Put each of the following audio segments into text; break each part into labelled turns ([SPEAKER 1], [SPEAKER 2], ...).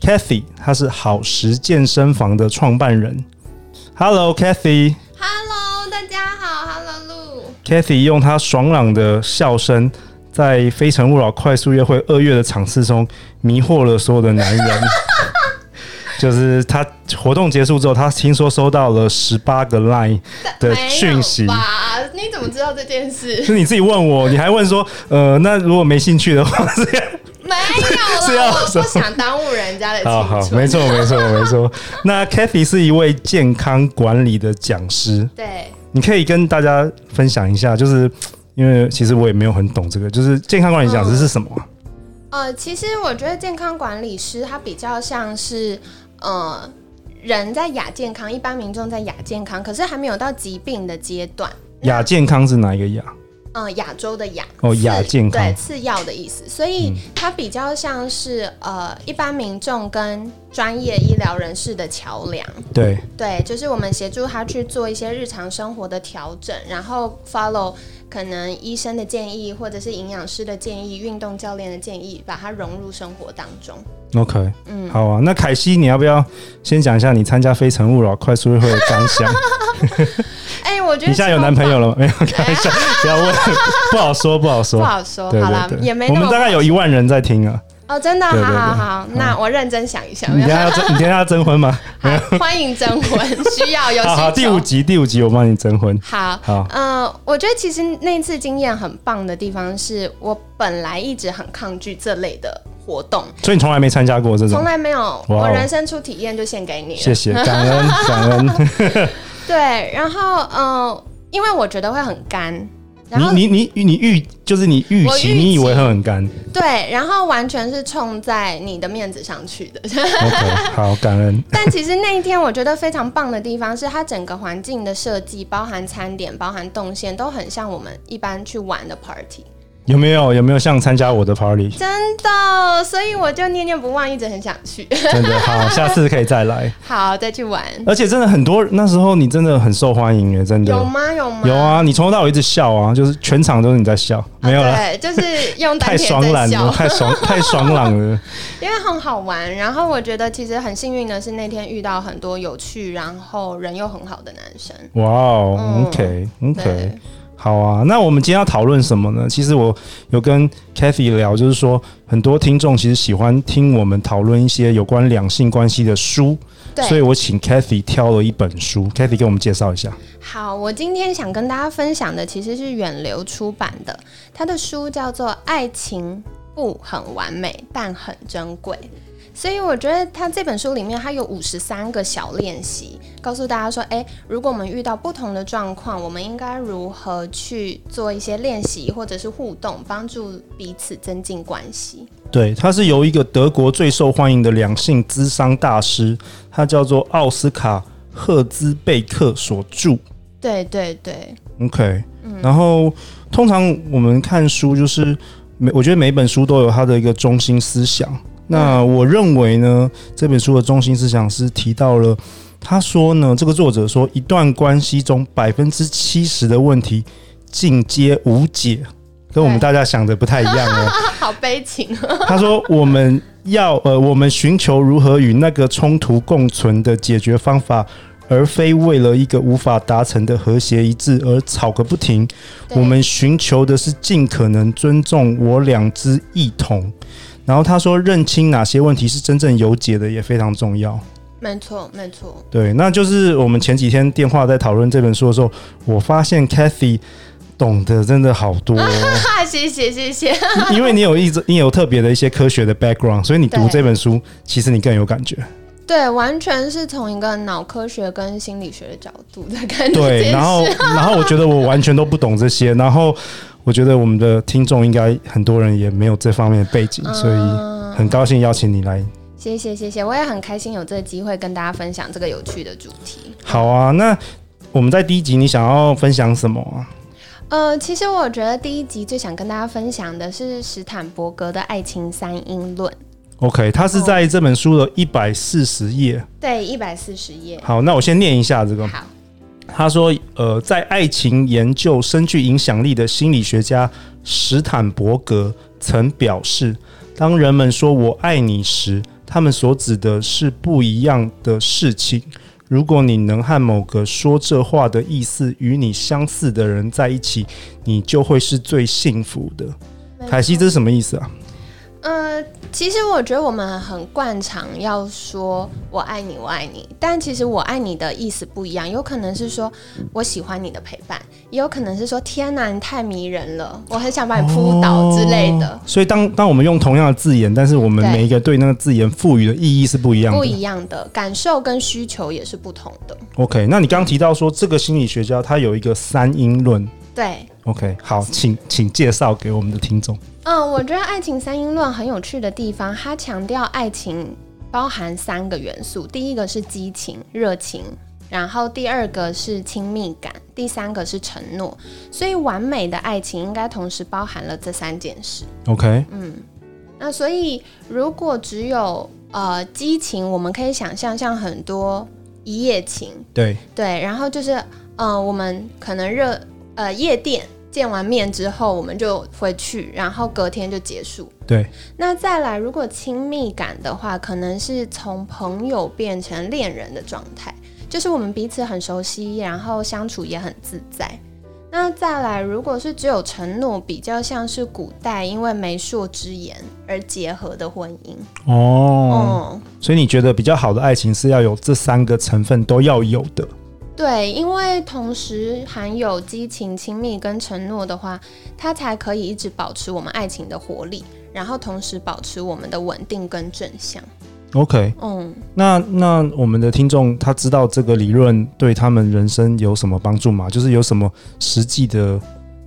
[SPEAKER 1] Kathy，她是好时健身房的创办人。Hello Kathy。
[SPEAKER 2] Hello，大家好，Hello 路。
[SPEAKER 1] Kathy 用她爽朗的笑声，在《非诚勿扰》快速约会二月的场次中，迷惑了所有的男 人。就是她活动结束之后，她听说收到了十八个 Line 的
[SPEAKER 2] 没有
[SPEAKER 1] 讯息。
[SPEAKER 2] 吧？你怎么知道这 件事？
[SPEAKER 1] 是你自己问我，你还问说，呃，那如果没兴趣的话，这样
[SPEAKER 2] 没有
[SPEAKER 1] 是
[SPEAKER 2] 啦，
[SPEAKER 1] 要
[SPEAKER 2] 我不想耽误人家的
[SPEAKER 1] 好
[SPEAKER 2] 青
[SPEAKER 1] 好，
[SPEAKER 2] 春。
[SPEAKER 1] 没错，没错，没错。那 Kathy 是一位健康管理的讲师，
[SPEAKER 2] 对，
[SPEAKER 1] 你可以跟大家分享一下，就是因为其实我也没有很懂这个，就是健康管理讲师是什么啊？
[SPEAKER 2] 呃，其实我觉得健康管理师他比较像是，呃，人在亚健康，一般民众在亚健康，可是还没有到疾病的阶段。
[SPEAKER 1] 亚、健康是哪一个亚？
[SPEAKER 2] 嗯、亚洲的亚
[SPEAKER 1] 哦
[SPEAKER 2] 次
[SPEAKER 1] 亚健康嗯
[SPEAKER 2] 对次要的意思，所以它比较像是呃一般民众跟专业医疗人士的桥梁。
[SPEAKER 1] 对，
[SPEAKER 2] 对，就是我们协助他去做一些日常生活的调整，然后 follow 可能医生的建议，或者是营养师的建议、运动教练的建议，把它融入生活当中。
[SPEAKER 1] OK，嗯，好啊。那凯西，你要不要先讲一下你参加《非诚勿扰》快速约会的感 想？
[SPEAKER 2] 哎、我觉
[SPEAKER 1] 你
[SPEAKER 2] 得
[SPEAKER 1] 现在有
[SPEAKER 2] 超
[SPEAKER 1] 男朋友了吗？没有，开玩笑，不要问，不好说，不好说。
[SPEAKER 2] 不好说，
[SPEAKER 1] 对
[SPEAKER 2] 好啦
[SPEAKER 1] 对，对，
[SPEAKER 2] 也没
[SPEAKER 1] 我
[SPEAKER 2] 那
[SPEAKER 1] 们
[SPEAKER 2] 么
[SPEAKER 1] 大概有一万人在听啊。
[SPEAKER 2] 哦，真的，好
[SPEAKER 1] 对对对嗯
[SPEAKER 2] 好好，那我认真想一想
[SPEAKER 1] 你， 等一下要 征，你等一下要征婚吗？
[SPEAKER 2] 好欢迎征 婚，需要有需
[SPEAKER 1] 好好，
[SPEAKER 2] 求。
[SPEAKER 1] 第五集，第五集我帮你征婚。
[SPEAKER 2] 好，
[SPEAKER 1] 好
[SPEAKER 2] 呃，我觉得其实那次经验很棒的地方是我本来一直很抗拒这类的活动，
[SPEAKER 1] 所以你从来没参加过这
[SPEAKER 2] 从
[SPEAKER 1] 种，
[SPEAKER 2] 来没有，
[SPEAKER 1] 哇哦
[SPEAKER 2] 我人生初体验就献给你了。
[SPEAKER 1] 谢谢，感恩感恩。
[SPEAKER 2] 对，然后呃，因为我觉得会很干，然后
[SPEAKER 1] 你你你你预就是你预
[SPEAKER 2] 我预
[SPEAKER 1] 期，
[SPEAKER 2] 期
[SPEAKER 1] 你以为会很 干
[SPEAKER 2] 对，然后完全是冲在你的面子上去的。
[SPEAKER 1] ，OK，好，感恩，
[SPEAKER 2] 但其实那一天我觉得非常棒的地方是，它整个环境的设计，包含餐点、包含动线，都很像我们一般去玩的 party，
[SPEAKER 1] 有没有有没有像参加我的 party？
[SPEAKER 2] 真的，所以我就念念不忘，一直很想去。
[SPEAKER 1] 真的好，下次可以再来。
[SPEAKER 2] 好，再去玩。
[SPEAKER 1] 而且真的很多，那时候你真的很受欢迎耶，真的
[SPEAKER 2] 有吗？有吗？
[SPEAKER 1] 有啊，你从头到尾一直笑啊，就是全场都是你在笑，
[SPEAKER 2] 啊。
[SPEAKER 1] 没有啦，
[SPEAKER 2] 对，就是 用丹
[SPEAKER 1] 太
[SPEAKER 2] 田
[SPEAKER 1] 爽
[SPEAKER 2] 在
[SPEAKER 1] 朗了，
[SPEAKER 2] 笑，
[SPEAKER 1] 太爽太爽朗了，
[SPEAKER 2] 因为很好玩。然后我觉得其实很幸运的是，那天遇到很多有趣，然后人又很好的男生。
[SPEAKER 1] 哇哦
[SPEAKER 2] 嗯
[SPEAKER 1] ，OK OK
[SPEAKER 2] 对。，
[SPEAKER 1] 好啊，那我们今天要讨论什么呢？其实我有跟 Kathy 聊，就是说很多听众其实喜欢听我们讨论一些有关两性关系的书，
[SPEAKER 2] 对
[SPEAKER 1] 所以我请 Kathy 挑了一本书，Kathy 给我们介绍一下。
[SPEAKER 2] 好，我今天想跟大家分享的其实是远流出版的，他的书叫做《爱情不很完美，但很珍贵》。所以我觉得他这本书里面，它有五十三个小练习，告诉大家说，诶，如果我们遇到不同的状况，我们应该如何去做一些练习或者是互动，帮助彼此增进关系。
[SPEAKER 1] 对，它是由一个德国最受欢迎的两性咨商大师，他叫做奥斯卡·赫兹贝克所著。
[SPEAKER 2] 对对对，
[SPEAKER 1] OK，、然后通常我们看书就是每，我觉得每一本书都有它的一个中心思想。那我认为呢，这本书的中心思想是提到了，他说呢，这个作者说，一段关系中百分之七十的问题尽皆无解，跟我们
[SPEAKER 2] 对
[SPEAKER 1] 大家想的不太一样哦。
[SPEAKER 2] 啊， 好悲情哦。
[SPEAKER 1] 他说：“我们要呃，我们寻求如何与那个冲突共存的解决方法，而非为了一个无法达成的和谐一致而吵个不停。
[SPEAKER 2] 对
[SPEAKER 1] 我们寻求的是尽可能尊重我两只异同。”然后他说：“认清哪些问题是真正有解的也非常重要。”
[SPEAKER 2] 没错没错，
[SPEAKER 1] 对，那就是我们前几天电话在讨论这本书的时候，我发现 Kathy 懂得真的好 多哦、
[SPEAKER 2] 哈，谢谢谢谢。
[SPEAKER 1] 因因为你有一直你有特别的一些科学的 background，所以你读
[SPEAKER 2] 对
[SPEAKER 1] 这本书，其实你更有 感觉。
[SPEAKER 2] 对，完全是从一个脑科学跟心理学的角度在看这件
[SPEAKER 1] 对，
[SPEAKER 2] 事。
[SPEAKER 1] 然后然后我觉得我完全都不懂这些，然后我觉得我们的听众应该很多人也没有这方面的背景，所以
[SPEAKER 2] 嗯
[SPEAKER 1] 很高兴邀请你来
[SPEAKER 2] 谢谢谢谢，我也很开心有这个机会跟大家分享这个有趣的主题。
[SPEAKER 1] 好啊，那我们在第一集你想要分享什么啊？
[SPEAKER 2] 呃，其实我觉得第一集最想跟大家分享的是史坦伯格的《爱情三因论》，
[SPEAKER 1] OK，它是在这本书的一百四十页。
[SPEAKER 2] 对，一百四十页。
[SPEAKER 1] 好，那我先念一下这个。
[SPEAKER 2] 好，
[SPEAKER 1] 他说，呃，在爱情研究深具影响力的心理学家史坦伯格曾表示，当人们说我爱你时，他们所指的是不一样的事情。如果你能和某个说这话的意思与你相似的人在一起，你就会是最幸福的。凯西，这是什么意思啊？
[SPEAKER 2] 呃，其实我觉得我们很惯常要说“我爱你，我爱你”，但其实“我爱你”的意思不一样，有可能是说我喜欢你的陪伴，也有可能是说“天哪，你太迷人了，我很想把你扑倒”之类的，
[SPEAKER 1] 哦所以当当我们用同样的字眼，但是我们
[SPEAKER 2] 对
[SPEAKER 1] 每一个对那个字眼赋予的意义是不一样的。
[SPEAKER 2] 不一样的感受跟需求也是不同的。
[SPEAKER 1] OK，那你刚刚提到说这个心理学家他有一个三因论
[SPEAKER 2] 对，
[SPEAKER 1] ，OK，好，请请介绍给我们的听众。
[SPEAKER 2] 嗯，我觉得《爱情三因论》很有趣的地方，它强调爱情包含三个元素，第一个是激情、热情，然后第二个是亲密感，第三个是承诺。所以，完美的爱情应该同时包含了这三件事。
[SPEAKER 1] OK，
[SPEAKER 2] 嗯那所以，如果只有呃激情，我们可以想象像很多一夜情，
[SPEAKER 1] 对，
[SPEAKER 2] 对，然后就是嗯、呃我们可能热呃夜店见完面之后，我们就回去，然后隔天就结束。
[SPEAKER 1] 对，
[SPEAKER 2] 那再来，如果亲密感的话，可能是从朋友变成恋人的状态，就是我们彼此很熟悉，然后相处也很自在。那再来，如果是只有承诺，比较像是古代因为媒妁之言而结合的婚姻。
[SPEAKER 1] 哦，
[SPEAKER 2] 嗯，
[SPEAKER 1] 所以你觉得比较好的爱情是要有这三个成分都要有的。
[SPEAKER 2] 对，因为同时含有激情、亲密跟承诺的话，它才可以一直保持我们爱情的活力，然后同时保持我们的稳定跟正向。
[SPEAKER 1] OK，
[SPEAKER 2] 嗯。
[SPEAKER 1] 那那我们的听众他知道这个理论对他们人生有什么帮助吗？就是有什么实际的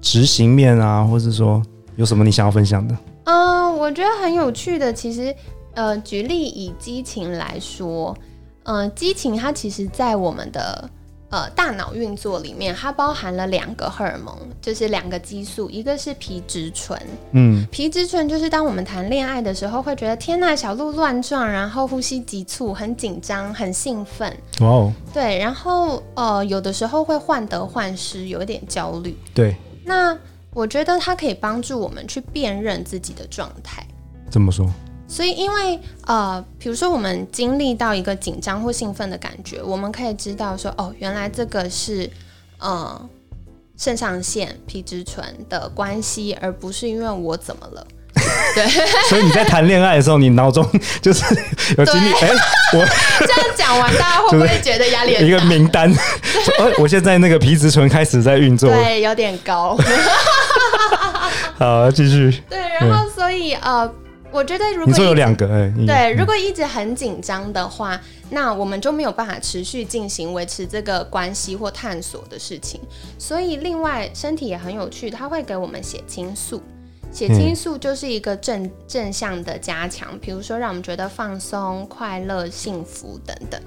[SPEAKER 1] 执行面啊，或是说有什么你想要分享的？
[SPEAKER 2] 嗯，我觉得很有趣的，其实，呃，举例以激情来说，嗯、激情它其实在我们的呃大脑运作里面，它包含了两个荷尔蒙，就是两个激素，一个是皮质醇，
[SPEAKER 1] 嗯，
[SPEAKER 2] 皮质醇就是当我们谈恋爱的时候，会觉得天呐，小鹿乱撞，然后呼吸急促，很紧张，很兴奋，
[SPEAKER 1] 哇哦，
[SPEAKER 2] 对，然后呃，有的时候会患得患失，有一点焦虑。
[SPEAKER 1] 对，
[SPEAKER 2] 那我觉得它可以帮助我们去辨认自己的状态。
[SPEAKER 1] 这么说，
[SPEAKER 2] 所以，因为呃，比如说我们经历到一个紧张或兴奋的感觉，我们可以知道说，哦，原来这个是呃肾上腺皮质醇的关系，而不是因为我怎么 了。
[SPEAKER 1] 所以你在谈恋爱的时候，你脑中 就是有经历，哎、
[SPEAKER 2] 这样讲完，大家会不会觉得压 力
[SPEAKER 1] 我哎一
[SPEAKER 2] 很
[SPEAKER 1] 个
[SPEAKER 2] 大？
[SPEAKER 1] 名单，说呃，我现在那个皮质醇开始在运作，
[SPEAKER 2] 对，有点高。
[SPEAKER 1] 好，继续。
[SPEAKER 2] 对，然后所以呃，我觉得如
[SPEAKER 1] 你
[SPEAKER 2] 果
[SPEAKER 1] 说有
[SPEAKER 2] 一
[SPEAKER 1] 两个，哎、你
[SPEAKER 2] 对，如果一直很紧张的话，那我们就没有办法持续进行维持这个关系或探索的事情。所以，另外身体也很有趣，它会给我们血清素。血清素就是一个正正向的加强，比如说让我们觉得放松、快乐、幸福等等。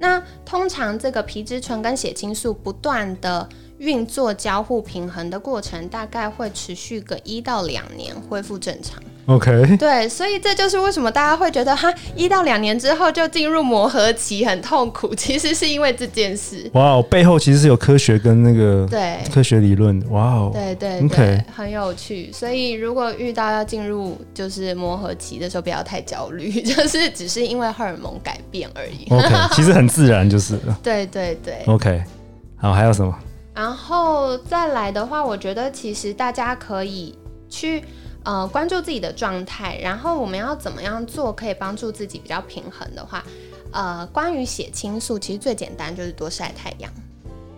[SPEAKER 2] 那通常这个皮质醇跟血清素不断的运作交互平衡的过程，大概会持续个一到两年恢复正常。
[SPEAKER 1] OK，
[SPEAKER 2] 对，所以这就是为什么大家会觉得哈一到两年之后就进入磨合期很痛苦， 其实是因为这件事。
[SPEAKER 1] 哇哦，背后其实是有科学跟那个
[SPEAKER 2] 对，
[SPEAKER 1] 科学理论，哇哦，
[SPEAKER 2] 对对
[SPEAKER 1] OK
[SPEAKER 2] 对，很有趣。所以如果遇到要进入就是磨合期的时候，不要太焦虑， 就是只是因为荷尔蒙改变而已。
[SPEAKER 1] OK，其实很自然就是了
[SPEAKER 2] 对对对，
[SPEAKER 1] OK。好，还有什么？
[SPEAKER 2] 然后再来的话，我觉得其实大家可以去呃关注自己的状态，然后我们要怎么样做可以帮助自己比较平衡的话，呃，关于血清素，其实最简单就是多晒太阳。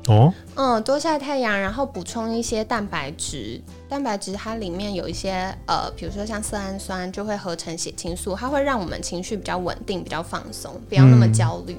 [SPEAKER 1] 哦，
[SPEAKER 2] 嗯，多晒太阳，然后补充一些蛋白质。蛋白质它里面有一些呃，比如说像色氨酸，就会合成血清素，它会让我们情绪比较稳定，比较放松，不要那么焦虑。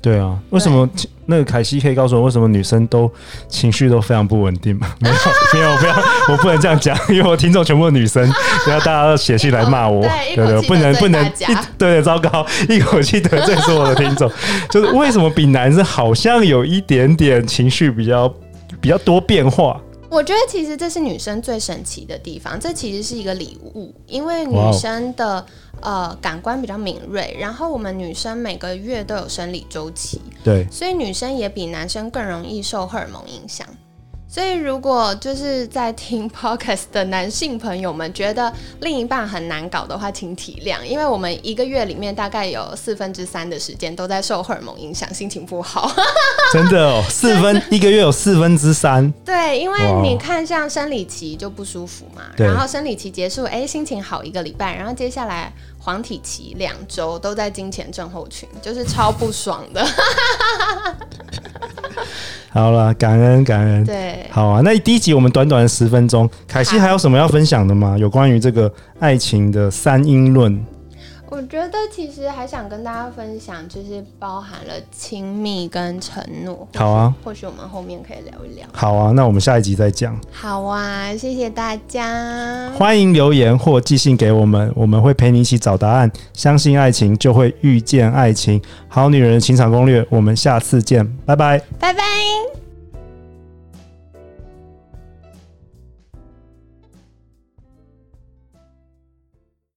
[SPEAKER 1] 对啊，为什么那个凯西可以告诉我为什么女生都情绪都非常不稳定吗？ 没有，没有，不要，我不能这样讲，因为我听众全部是女生， 不要大家都写信来骂我，
[SPEAKER 2] 对一口
[SPEAKER 1] 对对，
[SPEAKER 2] 气
[SPEAKER 1] 不能
[SPEAKER 2] 得罪
[SPEAKER 1] 不能
[SPEAKER 2] 大家
[SPEAKER 1] 一对对，糟糕，一口气得罪所有的听众， 就是为什么比男生好像有一点点情绪比较比较多变 化？
[SPEAKER 2] 我觉得其实这是女生最神奇的地方，这其实是一个礼物，因为
[SPEAKER 1] 哇
[SPEAKER 2] 女
[SPEAKER 1] 哦
[SPEAKER 2] 生的呃感官比较敏锐，然后我们女生每个月都有生理周期，
[SPEAKER 1] 对，
[SPEAKER 2] 所以女生也比男生更容易受荷尔蒙影响。所以，如果就是在听 podcast 的男性朋友们觉得另一半很难搞的话，请体谅，因为我们一个月里面大概有四分之三的时间都在受荷尔蒙影响，心情不好。
[SPEAKER 1] 真的哦，四 分一个月有四分之三，
[SPEAKER 2] 对，因为
[SPEAKER 1] 哇
[SPEAKER 2] 你看，像生理期就不舒服嘛，
[SPEAKER 1] 对
[SPEAKER 2] 然后生理期结束，哎，心情好一个礼拜，然后接下来黄体期两周都在金钱症候群，就是超不爽 的。
[SPEAKER 1] 好了，感恩感恩，
[SPEAKER 2] 对，
[SPEAKER 1] 好啊，那第一集我们短短的十分钟，凯西
[SPEAKER 2] 好
[SPEAKER 1] 还有什么要分享的吗？有关于这个爱情的三因论？
[SPEAKER 2] 我觉得其实还想跟大家分享，就是包含了亲密跟承诺。
[SPEAKER 1] 好啊，
[SPEAKER 2] 或许我们后面可以聊一聊。
[SPEAKER 1] 好啊，那我们下一集再讲。
[SPEAKER 2] 好啊，谢谢大家，
[SPEAKER 1] 欢迎留言或寄信给我们，我们会陪你一起找答案。相信爱情，就会遇见爱情。好女人的情场攻略，我们下次见，拜拜。
[SPEAKER 2] 拜拜。